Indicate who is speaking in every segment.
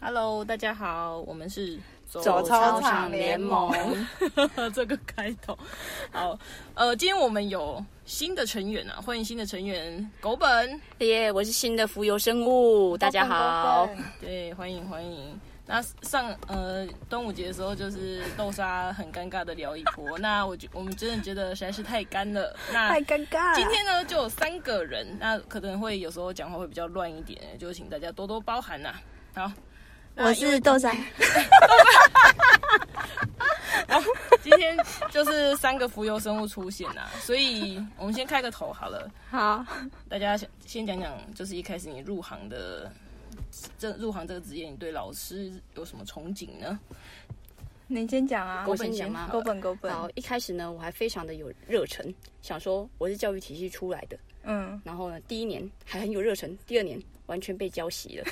Speaker 1: Hello，大家好，我们是
Speaker 2: 走操
Speaker 1: 场
Speaker 2: 场
Speaker 1: 联
Speaker 2: 联盟，
Speaker 1: 这个开头。 好，呃，今天我们有新的成员啊，欢迎新的成员狗本，
Speaker 3: 耶我是新的浮游生物，大家好。
Speaker 1: 对，欢迎欢迎。那上呃端午节的时候，就是豆沙很尴尬的聊一波，那我觉我们真的觉得实在是太干了。那
Speaker 2: 太尴尬了。
Speaker 1: 今天呢，就有三个人，那可能会有时候讲话会比较乱一点，就请大家多多包涵啊呐、好，那
Speaker 3: 我
Speaker 1: 因为
Speaker 3: 是豆仔，
Speaker 1: 今天就是三个浮游生物出现呐、所以我们先开个头好了。
Speaker 3: 好，
Speaker 1: 大家先先讲讲，就是一开始你入行的这入行这个职业，你对老师有什么憧憬呢？
Speaker 2: 你先讲啊，
Speaker 3: 我先讲吗
Speaker 2: 狗本狗本，
Speaker 3: 好，一开始呢，我还非常的有热忱，想说我是教育体系出来的，
Speaker 2: 嗯，
Speaker 3: 然后呢，第一年还很有热忱，第二年完全被浇熄 了，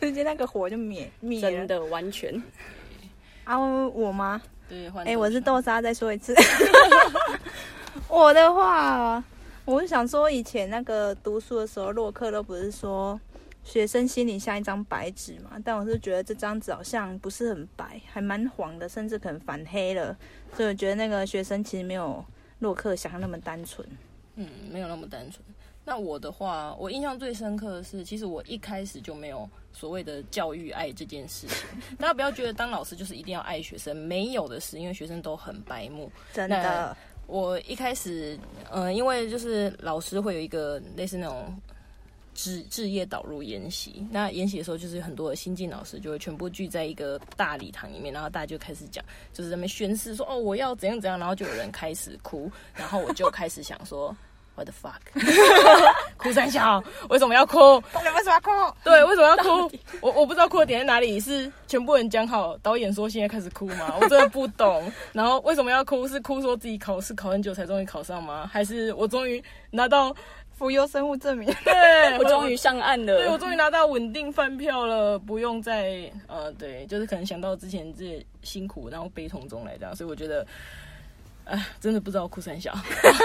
Speaker 2: 直接那个火就灭灭了。
Speaker 3: 真的 完全。
Speaker 2: 啊，我我吗？
Speaker 1: 对，换
Speaker 2: 哎、我是豆沙，再说一次。 我的话，我是想说，以前那个读书的时候，洛克都不是说学生心里像一张白纸嘛，但我是觉得这张纸好像不是很白，还蛮黄的，甚至可能反黑了，所以我觉得那个学生其实没有洛克想象那么单纯。
Speaker 1: 嗯，没有那么单纯。那我的话，我印象最深刻的是，其实我一开始就没有所谓的教育爱这件事情。大家不要觉得当老师就是一定要爱学生，没有的是，因为学生都很白目。
Speaker 2: 真
Speaker 1: 那
Speaker 2: 的，
Speaker 1: 我一开始，嗯、因为就是老师会有一个类似那种职职业导入研习，那研习的时候就是很多的新进老师就会全部聚在一个大礼堂里面，然后大家就开始讲，就是在那边宣誓说哦我要怎样怎样，然后就有人开始哭，然后我就开始想说 what the fuck，哭 三小，为什么要哭？
Speaker 2: 你为什么要哭？
Speaker 1: 对，为什么要哭？我我不知道哭的点在哪里，是全部人讲好，导演说现在开始哭吗？我真的不懂。然后为什么要哭？是哭说自己考试考很久才终于考上吗？还是我终于拿到？
Speaker 2: 浮游生物证明。
Speaker 1: 对，
Speaker 3: 我终于上岸
Speaker 1: 对我
Speaker 3: 了，
Speaker 1: 终于拿到稳定饭票了，不用再呃，对，就是可能想到之前自己辛苦，然后悲从中来这样，所以我觉得，哎、真的不知道哭三小。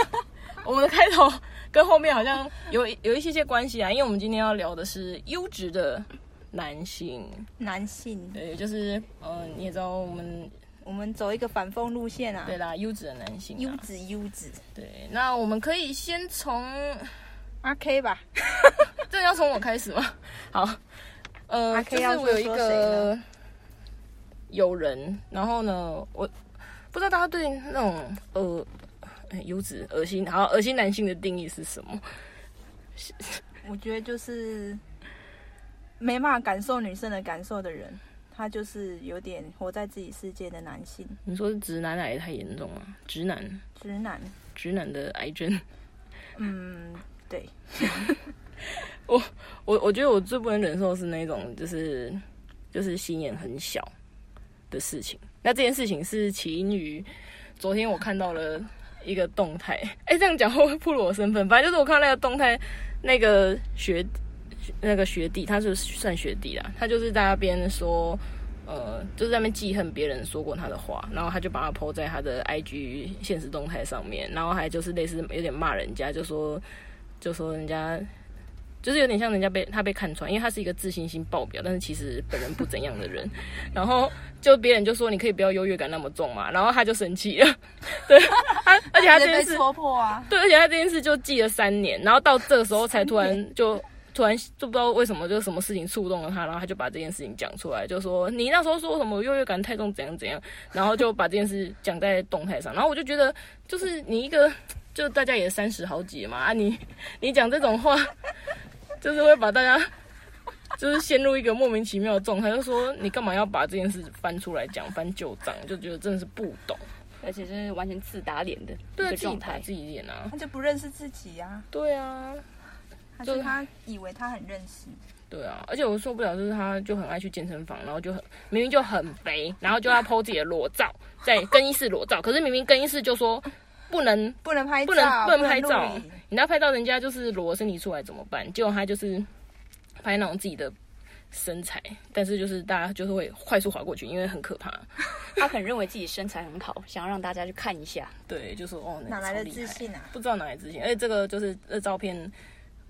Speaker 1: 我们的开头跟后面好像有有一些些关系啊，因为我们今天要聊的是优质的男性，
Speaker 2: 男性，
Speaker 1: 对，就是嗯、呃你也知道我们
Speaker 2: 我们走一个反讽路线啊，
Speaker 1: 对啦，优质的男性、
Speaker 2: 优
Speaker 1: 啊，
Speaker 2: 质优质
Speaker 1: 对，那我们可以先从
Speaker 2: 阿 K 吧，
Speaker 1: 这要从我开始吗？ 好，呃，
Speaker 2: 阿
Speaker 1: 就
Speaker 2: K
Speaker 1: 是
Speaker 2: 要
Speaker 1: 我有一
Speaker 2: 说说谁
Speaker 1: 个友人，然后呢，我不知道大家对那种呃哎优质、恶心，好恶心男性的定义是什么？
Speaker 2: 我觉得就是没办法感受女生的感受的人，他就是有点活在自己世界的男性
Speaker 1: 你说直男癌太严重了，直男
Speaker 2: 直男。
Speaker 1: 直男的癌症，
Speaker 2: 嗯，对，
Speaker 1: 我我觉得我最不能忍受的是那种就是就是心眼很小的事情。那这件事情是起因于昨天我看到了一个动态，哎、这样讲会不会暴露我身份？反正就是我看到那个动态，那个学那个学弟，他是算学弟啦，他就是在那边说，呃，就是在那边记恨别人说过他的话，然后他就把他抛在他的 IG 现实动态上面，然后还就是类似有点骂人家，就说就说人家。就是有点像人家被他被看穿，因为他是一个自信心爆表，但是其实本人不怎样的人。 然后就别人就说你可以不要优越感那么重嘛，然后他就生气了。 对，他而且他这件
Speaker 2: 被
Speaker 1: 事
Speaker 2: 戳破啊，
Speaker 1: 对，而且他这件事就记了三年，然后到这个时候才突然就突然就不知道为什么，就是什么事情触动了他，然后他就把这件事情讲出来，就说你那时候说什么优越感太重怎样怎样，然后就把这件事讲在动态上，然后我就觉得就是你一个就大家也三十好几了嘛啊你你讲这种话，就是会把大家。就是陷入一个莫名其妙的状态，就说你干嘛要把这件事翻出来讲翻旧账，就觉得真的是不懂，
Speaker 3: 而且是完全自打脸的一
Speaker 1: 对啊
Speaker 3: 个
Speaker 1: 自己
Speaker 3: 状
Speaker 1: 打
Speaker 3: 态。
Speaker 1: 自己脸啊，
Speaker 2: 他就不认识自己啊，
Speaker 1: 对啊，
Speaker 2: 还
Speaker 1: 就是
Speaker 2: 他以为他很认识，
Speaker 1: 对啊，而且我受不了，就是他就很爱去健身房，然后就很明明就很肥，然后就要 po 自己的裸照，在更衣室裸照， 可是明明更衣室就说不能，
Speaker 2: 不能拍
Speaker 1: 不
Speaker 2: 照，不
Speaker 1: 能不能拍
Speaker 2: 录
Speaker 1: 照
Speaker 2: 影
Speaker 1: 你要拍到人家就是裸身体出来怎么办？结果他就是拍那种自己的身材，但是就是大家就是会快速划过去，因为很可怕。
Speaker 3: 他可能认为自己身材很好，想要让大家去看一下。
Speaker 1: 对，就说哦，那
Speaker 2: 哪来的
Speaker 1: 超厉害
Speaker 2: 自信啊？
Speaker 1: 哎呃不知道哪来自信，而且这个就是这照片，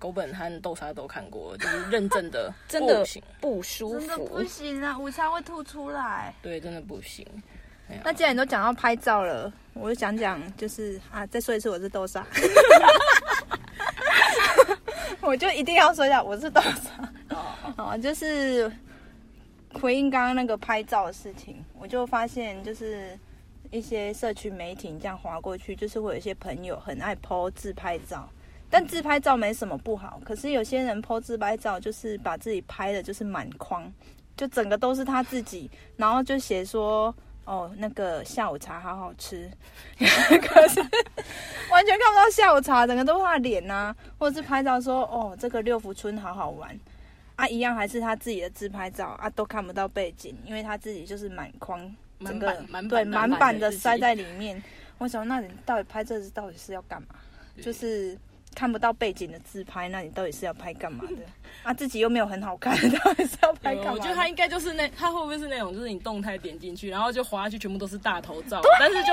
Speaker 1: 狗本和豆沙都看过，就是认证 的
Speaker 3: 真的
Speaker 1: 不行，
Speaker 3: 不舒
Speaker 2: 真的
Speaker 3: 服
Speaker 2: 不。行啊，午餐会吐出来。
Speaker 1: 对，真的不行。哎呀
Speaker 2: 那既然你都讲到拍照了，我就讲讲，就是啊，再说一次，我是豆 沙，我就一定要说一下，我是豆沙。哦，就是回应刚刚那个拍照的事情，我就发现就是一些社群媒体这样划过去，就是会有一些朋友很爱 PO 自拍照。但自拍照没什么不好，可是有些人 PO 自拍照就是把自己拍的就是满框，就整个都是他自己，然后就写说哦，那个下午茶好好吃， 可是完全看不到下午茶，整个都是他的脸呐、或者是拍照说哦，这个六福村好好玩啊，一样还是他自己的自拍照啊，都看不到背景，因为他自己就是满框，
Speaker 1: 满
Speaker 2: 整
Speaker 1: 版
Speaker 2: 个
Speaker 1: 满版
Speaker 2: 对
Speaker 1: 的
Speaker 2: 满
Speaker 1: 满
Speaker 2: 版
Speaker 1: 版
Speaker 2: 的
Speaker 1: 的自己
Speaker 2: 塞在里面。我想，那你到底拍这到底是要干嘛？就是看不到背景的自拍，那你到底是要拍干嘛 的？啊，自己又没有很好看， 到底是要拍干嘛
Speaker 1: 有
Speaker 2: 的？哎
Speaker 1: 我觉得他应该就是那，他会不会是那种，就是你动态点进去，然后就滑下去，全部都是大头照，但是就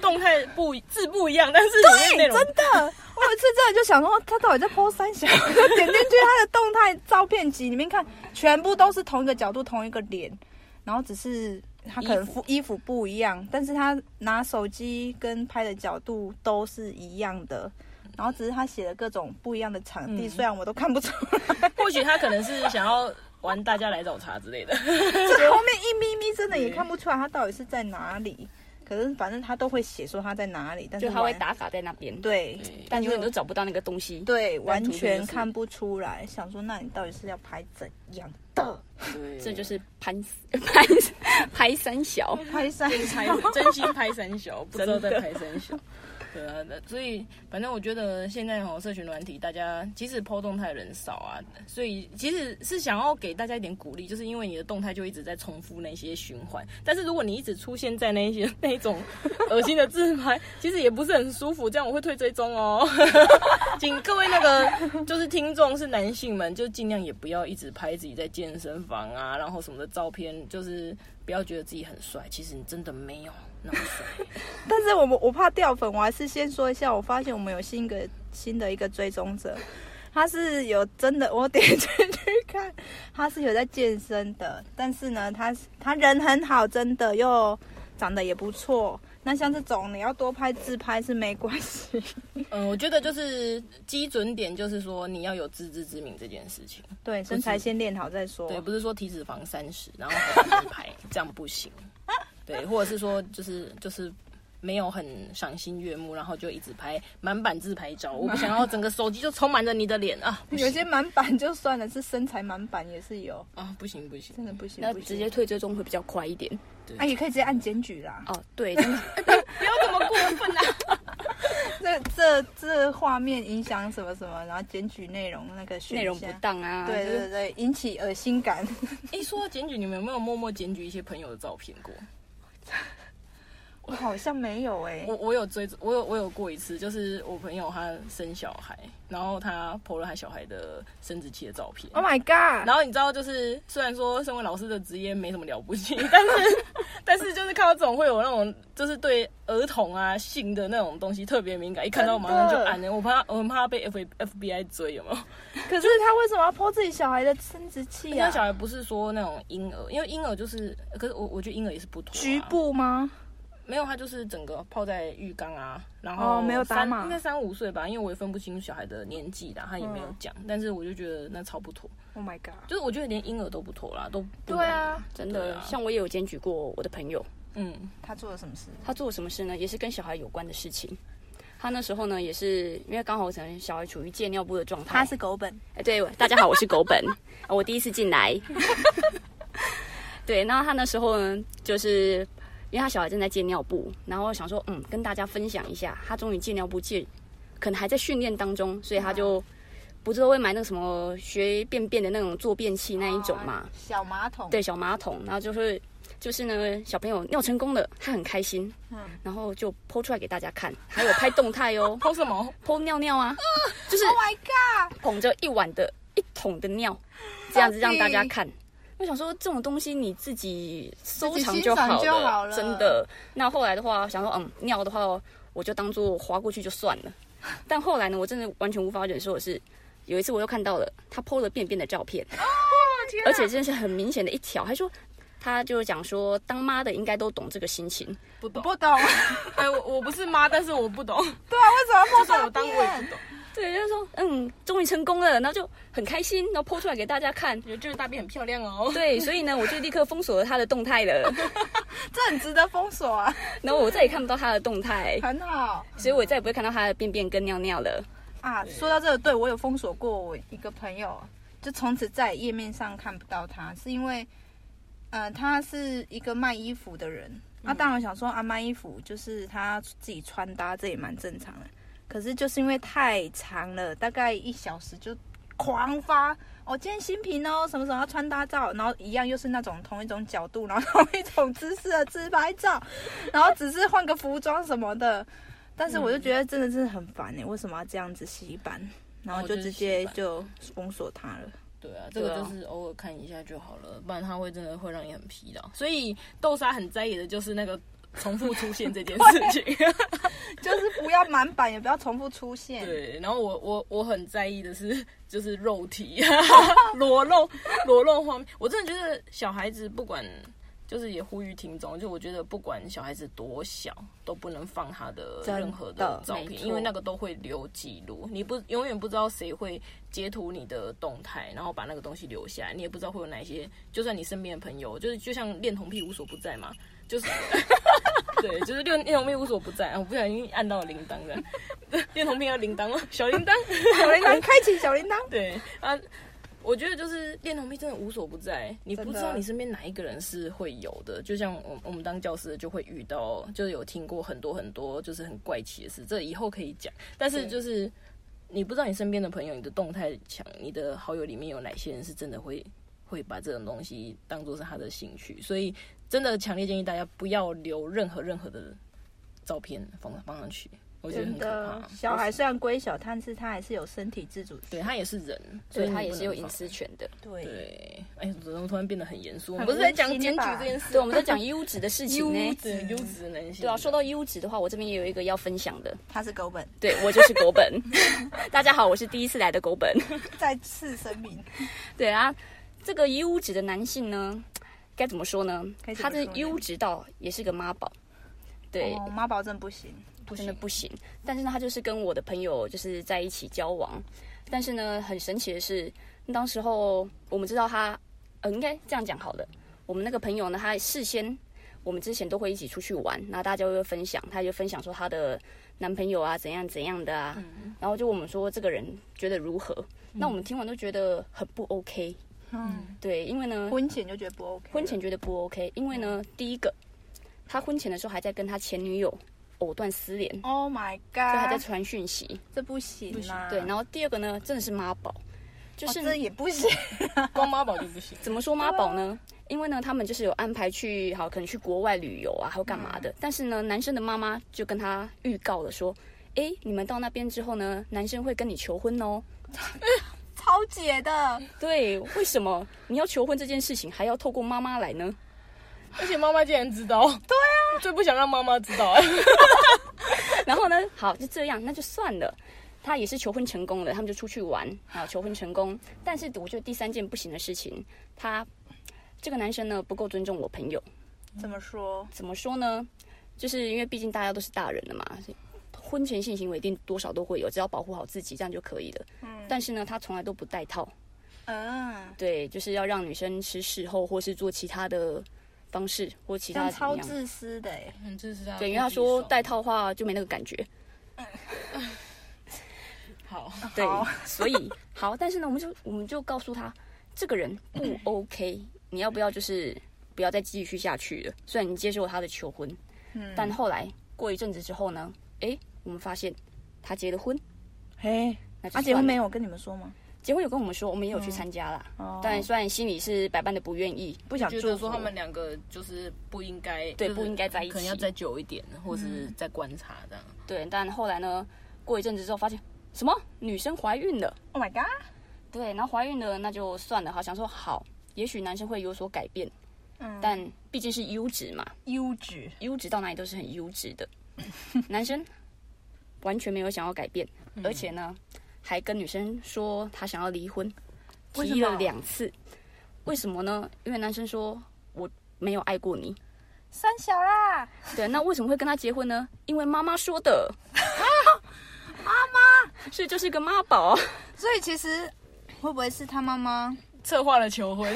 Speaker 1: 动态不字不一样，但是里面内
Speaker 2: 对，
Speaker 1: 容
Speaker 2: 真的，我有一次真的就想说，他到底在 PO 三小？我就点进去他的动态照片集里面看，全部都是同一个角度、同一个脸，然后只是他可能服衣服不一样，但是他拿手机跟拍的角度都是一样的。然后只是他写了各种不一样的场地，
Speaker 1: 嗯
Speaker 2: 虽然我都看不出来，
Speaker 1: 或许他可能是想要玩大家来找茬之类的。
Speaker 2: 这后面一咪咪真的也看不出来他到底是在哪里。可是反正他都会写说他在哪里，但是
Speaker 3: 就他会
Speaker 2: 完
Speaker 3: 打卡在那边，
Speaker 2: 对，
Speaker 3: 但永远
Speaker 2: 就
Speaker 3: 都找不到那个东西。
Speaker 2: 对，完
Speaker 3: 图片
Speaker 2: 全
Speaker 3: 就是
Speaker 2: 看不出来。想说，那你到底是要拍怎样的？
Speaker 1: 对
Speaker 3: 这就是攀 拍拍三小，
Speaker 2: 拍三
Speaker 1: 拍
Speaker 2: 小，
Speaker 1: 真心拍三小，不知道在拍三小。对啊，那所以反正我觉得现在哦，社群软体大家即使 PO 动态的人少啊，所以其实是想要给大家一点鼓励，就是因为你的动态就一直在重复那些循环，但是如果你一直出现在那一些那一种恶心的自拍，其实也不是很舒服，这样我会退追踪哦。 请各位那个就是听众是男性们，就尽量也不要一直拍自己在健身房啊，然后什么的照片，就是不要觉得自己很帅，其实你真的没有那么帅。
Speaker 2: 但是我们我怕掉粉，我还是先说一下，我发现我们有新个新的一个追踪者，他是有真的，我点进去看，他是有在健身的，但是呢，他是他人很好，真的又长得也不错。那像这种你要多拍自拍是没关系，
Speaker 1: 嗯，我觉得就是基准点，就是说你要有自知之明这件事情，
Speaker 2: 对，身材先练好再说。
Speaker 1: 对，不是说体脂肪三十，然后还自拍，这样不行。 对，或者是说就是就是。没有很赏心悦目，然后就一直拍满版自拍照。我不想要整个手机就充满着你的脸啊！不
Speaker 2: 有
Speaker 1: 行
Speaker 2: 些满版就算了，是身材满版也是有，
Speaker 1: 啊，不行不行，
Speaker 2: 真的不行。
Speaker 3: 那
Speaker 2: 不行
Speaker 3: 直接退追踪会比较快一点。
Speaker 2: 啊，也可以直接按检举啦。
Speaker 3: 哦， 对，真的
Speaker 1: 不要这么过分啊！
Speaker 2: 这这这画面影响什么什么，然后检举内容那个选项
Speaker 3: 内容不。当啊，
Speaker 2: 对
Speaker 3: 就是
Speaker 2: 对对，引起恶心感。
Speaker 1: 一说到检举，你们有没有默默检举一些朋友的照片过？
Speaker 2: 我好像没有哎、
Speaker 1: 我我有追，我有我有过一次，就是我朋友他生小孩，然后他 PO 了他小孩的生殖器的照片。
Speaker 2: Oh my god！
Speaker 1: 然后你知道，就是虽然说身为老师的职业没什么了不起，但是 但是就是看到这种会有那种就是对儿童啊性的那种东西特别敏感，一看到马上就按了。我怕我很怕被 F F B I 追，有没有？
Speaker 2: 可是他为什么要剖自己小孩的生殖器啊
Speaker 1: 像？小孩不是说那种婴儿，因为婴儿就是，可是我我觉得婴儿也是不妥、啊。
Speaker 2: 局部吗？
Speaker 1: 没有，他就是整个泡在浴缸啊，然
Speaker 2: 哦
Speaker 1: 后
Speaker 2: 没有打
Speaker 1: 三
Speaker 2: 码
Speaker 1: 应该三五岁吧，因为我也分不清小孩的年纪啦，他也没有讲，但是我就觉得那超不妥，
Speaker 2: ？Oh my god！
Speaker 1: 就是我觉得连婴儿都不妥啦，都不
Speaker 2: 对啊，
Speaker 3: 真
Speaker 1: 对
Speaker 3: 的，
Speaker 1: 啊
Speaker 3: 像我也有检举过我的朋友，
Speaker 1: 嗯，，
Speaker 2: 他做了什么事？
Speaker 3: 他做了什么事呢？也是跟小孩有关的事情。他那时候呢，也是因为刚好可能小孩处于戒尿布的状态。
Speaker 2: 他是狗本，
Speaker 3: 哎，对，大家好，我是狗本， 啊我第一次进来。 对，然后他那时候呢，就是因为他小孩正在戒尿布，然后想说，嗯，跟大家分享一下，他终于戒尿布戒，可能还在训练当中，所以他就不是都会买那个什么学便便的那种坐便器那一种嘛，
Speaker 2: 小马桶。
Speaker 3: 对小马桶，然后就是就是呢，小朋友尿成功了，他很开心，
Speaker 2: 嗯
Speaker 3: 然后就剖出来给大家看，还有拍动态 哦
Speaker 1: 抛什么？
Speaker 3: 剖尿尿啊，就是
Speaker 2: ，Oh my god！
Speaker 3: 捧着一碗的一桶 的尿，这样子
Speaker 2: 到
Speaker 3: 让
Speaker 2: 底
Speaker 3: 大家看。我想说，这种东西你自己收
Speaker 2: 自己
Speaker 3: 藏
Speaker 2: 欣
Speaker 3: 就
Speaker 2: 赏
Speaker 3: 好
Speaker 2: 就
Speaker 3: 了，
Speaker 2: 好了
Speaker 3: 真的。那后来的话，想说，嗯，尿的话，我就当做划过去就算了。但后来呢，我真的完全无法忍受的是，有一次我又看到了他 PO 了便便的照片，
Speaker 2: 哦
Speaker 1: 天
Speaker 2: 啊
Speaker 3: 而且真是很明显的一条，他说。他就讲说，当妈的应该都懂这个心情，
Speaker 1: 不
Speaker 2: 我
Speaker 1: 懂，
Speaker 2: 不 懂，为
Speaker 1: 哎，我我不是妈，但是 我不懂，
Speaker 2: 什么
Speaker 1: 就
Speaker 2: 要
Speaker 1: 算
Speaker 2: 碰
Speaker 1: 我
Speaker 2: 大
Speaker 1: 当我也
Speaker 2: 便
Speaker 1: 不？ 懂，
Speaker 3: 对，就是说，嗯，终于成功了，然后就很开心，然后 PO 出来给大家看，
Speaker 1: 觉得这个大便很漂亮哦。
Speaker 3: 对，所以呢，我就立刻封锁了他的动态 了，
Speaker 2: 这很值得封锁啊，
Speaker 3: 然后我再也看不到他的动态，
Speaker 2: 很好
Speaker 3: 所以我再也不会看到他的便便跟尿尿了。
Speaker 2: 啊。说到这个，对我有封锁过我一个朋友，就从此在页面上看不到他，是因为，呃，他是一个卖衣服的人。那、当然想说啊，卖衣服就是他自己穿搭，这也蛮正常的。可是就是因为太长了，大概一小时就狂发哦，今天新品哦，什么什么穿搭照，然后一样又是那种同一种角度，然后 同一种姿势的自拍照，然后只是换个服装什么的。但是我就觉得真的是很烦哎、为什么要这样子洗版？然后就直接就封锁他了。
Speaker 1: 对啊，这个就是偶尔看一下就好了，不然它会真的会让你很疲劳。所以豆沙很在意的就是那个重复出现 这件事情。
Speaker 2: 就是不要满版，也不要重复出现。
Speaker 1: 对，然后我我我很在意的是就是肉体， 裸露裸露方面，我真的觉得小孩子不管就是也呼吁听众，就我觉得不管小孩子多小，都不能放他的
Speaker 2: 真的
Speaker 1: 任何的照
Speaker 3: 没
Speaker 1: 片，
Speaker 3: 错
Speaker 1: 因为那个都会留记录，你不永远不知道谁会截图你的动态，然后把那个东西留下来，你也不知道会有哪一些，就算你身边的朋友，就是就像恋童癖无所不在嘛，就是。 对，就是恋恋童癖无所不在啊！我不小心按到铃铛了， 恋童癖要铃铛吗？小铃铛，
Speaker 2: 小铃铛，开启小铃铛。
Speaker 1: 对啊，我觉得就是恋童癖真的无所不在，你不
Speaker 2: 真
Speaker 1: 知
Speaker 2: 的啊
Speaker 1: 道你身边哪一个人是会有的。就像我我们当教师的就会遇到，就是有听过很多很多就是很怪奇的事，这以后可以讲。但是就是你不知道你身边的朋友，你的动态墙、你的好友里面有哪些人是真的会会把这种东西当做是他的兴趣，所以真的强烈建议大家不要留任何任何的照片放放上去。我觉得
Speaker 2: 真
Speaker 1: 很可
Speaker 2: 的
Speaker 1: 怕，，
Speaker 2: 小孩虽然归小，但是他还是有身体自主
Speaker 1: 对
Speaker 2: 权。
Speaker 1: 他也是人，所
Speaker 3: 所
Speaker 1: 以
Speaker 3: 以
Speaker 1: 你
Speaker 3: 他
Speaker 1: 不
Speaker 3: 也是
Speaker 1: 能
Speaker 3: 有
Speaker 1: 放
Speaker 3: 隐私权的。
Speaker 2: 对
Speaker 1: 对，哎，怎么突然变得很严肃？我
Speaker 2: 很
Speaker 1: 们不是在讲
Speaker 2: 温馨
Speaker 1: 检举
Speaker 2: 吧
Speaker 1: 这件事，
Speaker 3: 对，我们在讲 优质的事情
Speaker 1: 优
Speaker 3: 呢。
Speaker 1: 质优质的男性。
Speaker 3: 对啊，说到优质的话，我这边也有一个要分享的。
Speaker 2: 他是狗本，
Speaker 3: 对我就是狗本， 大家好，我是第一次来的狗本。
Speaker 2: 再次声明，
Speaker 3: 对啊，这个优质的男性呢，该怎么说呢
Speaker 2: 该？怎
Speaker 3: 他
Speaker 2: 么说
Speaker 3: 的
Speaker 2: 呢
Speaker 3: 优质到也是个妈宝，对，
Speaker 2: 哦，妈宝真不行，
Speaker 1: 不
Speaker 3: 真的
Speaker 1: 行，
Speaker 3: 不行。但是呢，他就是跟我的朋友就是在一起交往，但是呢，很神奇的是，当时候我们知道他，呃，应该这样讲好了。我们那个朋友呢，他事先我们之前都会一起出去玩，然后大家就会分享，他就分享说他的男朋友啊怎样怎样的啊，然后就我们说这个人觉得如何，那我们听完都觉得很不 OK，
Speaker 2: 嗯，
Speaker 3: 对，因为呢，
Speaker 2: 婚前就觉得不 OK，
Speaker 3: 婚前觉得不 OK，因为呢，第一个，他婚前的时候还在跟他前女友藕断丝连，所
Speaker 2: ，Oh my
Speaker 3: 以还在
Speaker 2: god，
Speaker 3: 传讯息。
Speaker 2: 这不行啊啦，
Speaker 3: 对，然后第二个呢，真的是妈宝，就
Speaker 2: 哦
Speaker 3: 是、
Speaker 2: 这也不行，
Speaker 1: 光妈宝就不行。
Speaker 3: 怎么说妈宝
Speaker 2: 哦
Speaker 3: 呢？因为呢，他们就是有安排去，好，可能去国外旅游啊，还有干嘛
Speaker 2: 嗯
Speaker 3: 的。但是呢，男生的妈妈就跟他预告了说，诶，你们到那边之后呢，男生会跟你求婚哦。
Speaker 2: 超姐的，
Speaker 3: 嗯对，为什么你要求婚这件事情还要透过妈妈来呢？
Speaker 1: 而且妈妈竟然知道， 对啊，最不想让妈妈知道。哎
Speaker 3: 然后呢，好就这样，那就算了。他也是求婚成功了，他们就出去玩啊，求婚成功。但是我觉得第三件不行的事情，他这个男生呢不够尊重我朋友。
Speaker 2: 怎么说？
Speaker 3: 怎么说呢？就是因为毕竟大家都是大人了嘛，婚前性行为一定多少都会有，只要保护好自己，这样就可以了。
Speaker 2: 嗯
Speaker 3: 但是呢，他从来都不带套，
Speaker 2: 嗯，
Speaker 3: 对，就是要让女生吃事后，或是做其他的方式，或其
Speaker 2: 这
Speaker 3: 他
Speaker 2: 样
Speaker 3: 的怎么
Speaker 2: 超
Speaker 3: 样。
Speaker 2: 自私的哎，
Speaker 1: 嗯这是他
Speaker 3: 对，因
Speaker 1: 自
Speaker 3: 为他
Speaker 1: 己
Speaker 3: 说
Speaker 1: 手
Speaker 3: 带套的话就没那个感觉。
Speaker 1: 好，
Speaker 3: 对
Speaker 2: 好，
Speaker 3: 所以好，但是呢，我们就我们就告诉他，这个人
Speaker 2: 嗯
Speaker 3: 不 OK，你要不要就是不要再继续下去了？虽然你接受了他的求婚，
Speaker 2: 嗯
Speaker 3: 但后来过一阵子之后呢，诶，我们发现他结了婚，
Speaker 2: 嘿，
Speaker 3: 那就
Speaker 2: 啊，结婚
Speaker 3: 算了
Speaker 2: 没有跟你们说吗？
Speaker 3: 结婚有跟我们说，我们也有去参加啦。
Speaker 2: 哦
Speaker 3: 但虽然心里是百般的不愿意，
Speaker 2: 不想
Speaker 1: 觉
Speaker 2: 祝
Speaker 1: 得
Speaker 2: 福
Speaker 1: 说他们两个就是不应该，
Speaker 3: 对
Speaker 1: 就是
Speaker 3: 不应该在一起
Speaker 1: 可能要再久一嗯点，或是再观察这样。
Speaker 3: 对，但后来呢，过一阵子之后发现什么女生怀孕了，
Speaker 2: ，Oh my god，
Speaker 3: 对，然后怀孕了那就算了，好想说好，也许男生会有所改变，
Speaker 2: 嗯，
Speaker 3: 但毕竟是优质嘛，
Speaker 2: 优质，
Speaker 3: 优质到哪里都是很
Speaker 2: 嗯
Speaker 3: 优质的，男生完全没有想要改变，而且呢，还跟女生说他想要离婚，
Speaker 2: 为什
Speaker 3: 提了
Speaker 2: 么
Speaker 3: 两次。为什么呢？因为男生说我没有爱过你。
Speaker 2: 三小啦，
Speaker 3: 对，那为什么会跟他结婚呢？因为妈妈说的。 妈妈，所以就是个妈宝。啊
Speaker 2: 所以其实会不会是他妈妈？
Speaker 1: 策划了求婚，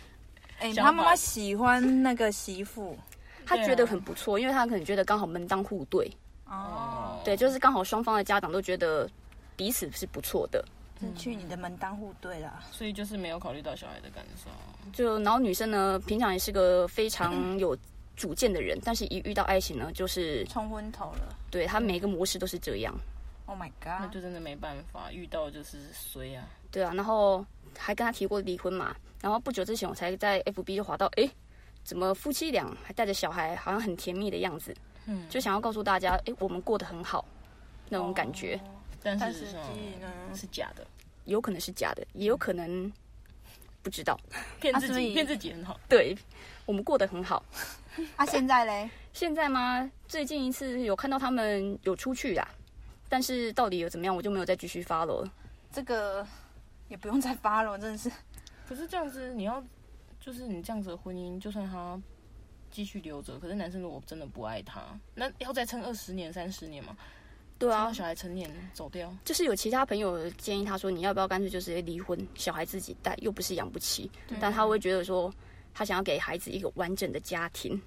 Speaker 2: 哎、
Speaker 1: 想法
Speaker 2: 他妈妈喜欢那个媳妇
Speaker 3: 他
Speaker 1: 对啊
Speaker 3: 觉得很不错，因为他可能觉得刚好门当户对，
Speaker 2: 哦，
Speaker 3: 对，就是刚好双方的家长都觉得彼此是不错的。
Speaker 2: 就去你的门当户对啦。
Speaker 1: 所以就是没有考虑到小孩的感受。
Speaker 3: 就然后女生呢，平常也是个非常有主见的人，但是一遇到爱情呢，就是
Speaker 2: 冲昏头了
Speaker 3: 对她每一个模式都是这样，
Speaker 2: ，Oh my
Speaker 1: 那
Speaker 2: god！
Speaker 1: 就真的没办法，遇到就是衰啊。
Speaker 3: 对啊，然后还跟他提过离婚嘛，然后不久之前我才在 FB 就滑到，诶，怎么夫妻俩还带着小孩，好像很甜蜜的样子，
Speaker 1: 嗯，
Speaker 3: 就想要告诉大家，诶，我们过得很好，那种感觉、
Speaker 1: 但
Speaker 2: 但
Speaker 1: 事
Speaker 2: 实
Speaker 1: 实上
Speaker 2: 际呢？
Speaker 1: 是假的，
Speaker 3: 有可能是假的，也有可能不知道，
Speaker 1: 骗
Speaker 2: 啊
Speaker 1: 自
Speaker 2: 所
Speaker 1: 己，
Speaker 2: 以
Speaker 1: 骗自己很好。
Speaker 3: 对我们过得很好。
Speaker 2: 啊，现在嘞，
Speaker 3: 现在吗？最近一次有看到他们有出去啦，但是到底有怎么样，我就没有再继续发了。
Speaker 2: 这个也不用再发了，真的是。
Speaker 1: 可是这样子，你要就是你这样子的婚姻，就算他继续留着，可是男生如果真的不爱他，那要再撑二十年、三十年嘛，
Speaker 3: 对
Speaker 1: 撑到
Speaker 3: 啊，
Speaker 1: 小孩成年走掉。
Speaker 3: 就是有其他朋友建议他说，你要不要干脆就直接离婚，小孩自己带，又不是养不起。但他会觉得说，他想要给孩子一个完整的家庭。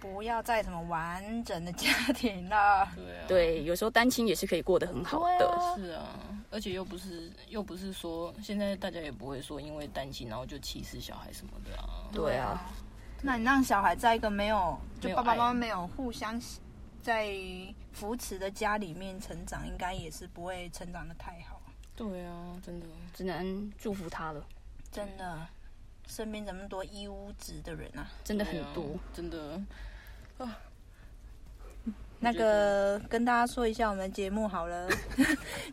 Speaker 2: 不要再什么完整的家庭了。
Speaker 1: 对啊，
Speaker 3: 对，有时候单亲也是可以过得很好的。
Speaker 1: 是啊，而且又不是又不是说现在大家也不会说因为担心然后就歧视小孩什么的啊。
Speaker 3: 对
Speaker 2: 嗯
Speaker 3: 啊，
Speaker 2: 那你让小孩在一个没有
Speaker 1: 没
Speaker 2: 就
Speaker 1: 有
Speaker 2: 爸爸
Speaker 1: 爱
Speaker 2: 妈妈没有互相在扶持的家里面成长，应该也是不会成长的太好。
Speaker 1: 对啊，真的。
Speaker 3: 只能祝福他了，
Speaker 2: 真的，身边怎么那么多一屋子的人啊？
Speaker 3: 真的很多。
Speaker 1: 对啊真的
Speaker 2: 那个跟大家说一下我们节目好 了，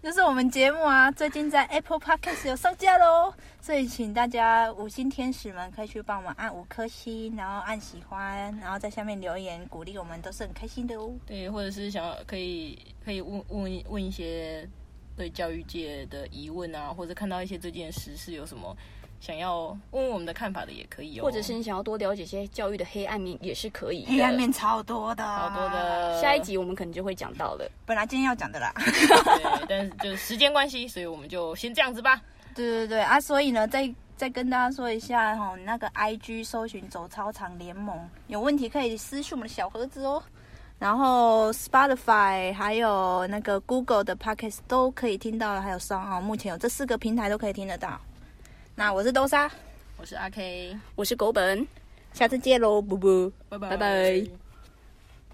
Speaker 2: 就是我们节目啊，最近在 Apple Podcast 有上架喽，所以请大家五星天使们可以去帮我们按五颗星，然后按喜欢，然后在下面留言鼓励我们，都是很开心的哦。
Speaker 1: 对，或者是想要可以可以问问问一些对教育界的疑问啊，或者看到一些最近的时事有什么想要问问我们的看法的也可以哦，
Speaker 3: 或者是你想要多了解一些教育的黑暗面，也是可以的。
Speaker 2: 黑暗面超多的，
Speaker 1: 好多，的
Speaker 3: 啊下一集我们可能就会讲到了。
Speaker 2: 本来今天要讲的啦。
Speaker 1: 对，但是就是时间关系，所以我们就先这样子吧。
Speaker 2: 对对对啊，所以呢，再再跟大家说一下哈、那个 IG 搜寻“走操场联盟”，有问题可以私讯我们的小盒子哦。然后 Spotify 还有那个 Google 的 Podcast 都可以听到了，还有上啊、目前有这四个平台都可以听得到。那我是豆沙，
Speaker 1: 我是阿 K，
Speaker 3: 我是狗本。
Speaker 2: 下次见喽，啵啵。
Speaker 1: 拜拜
Speaker 3: 拜拜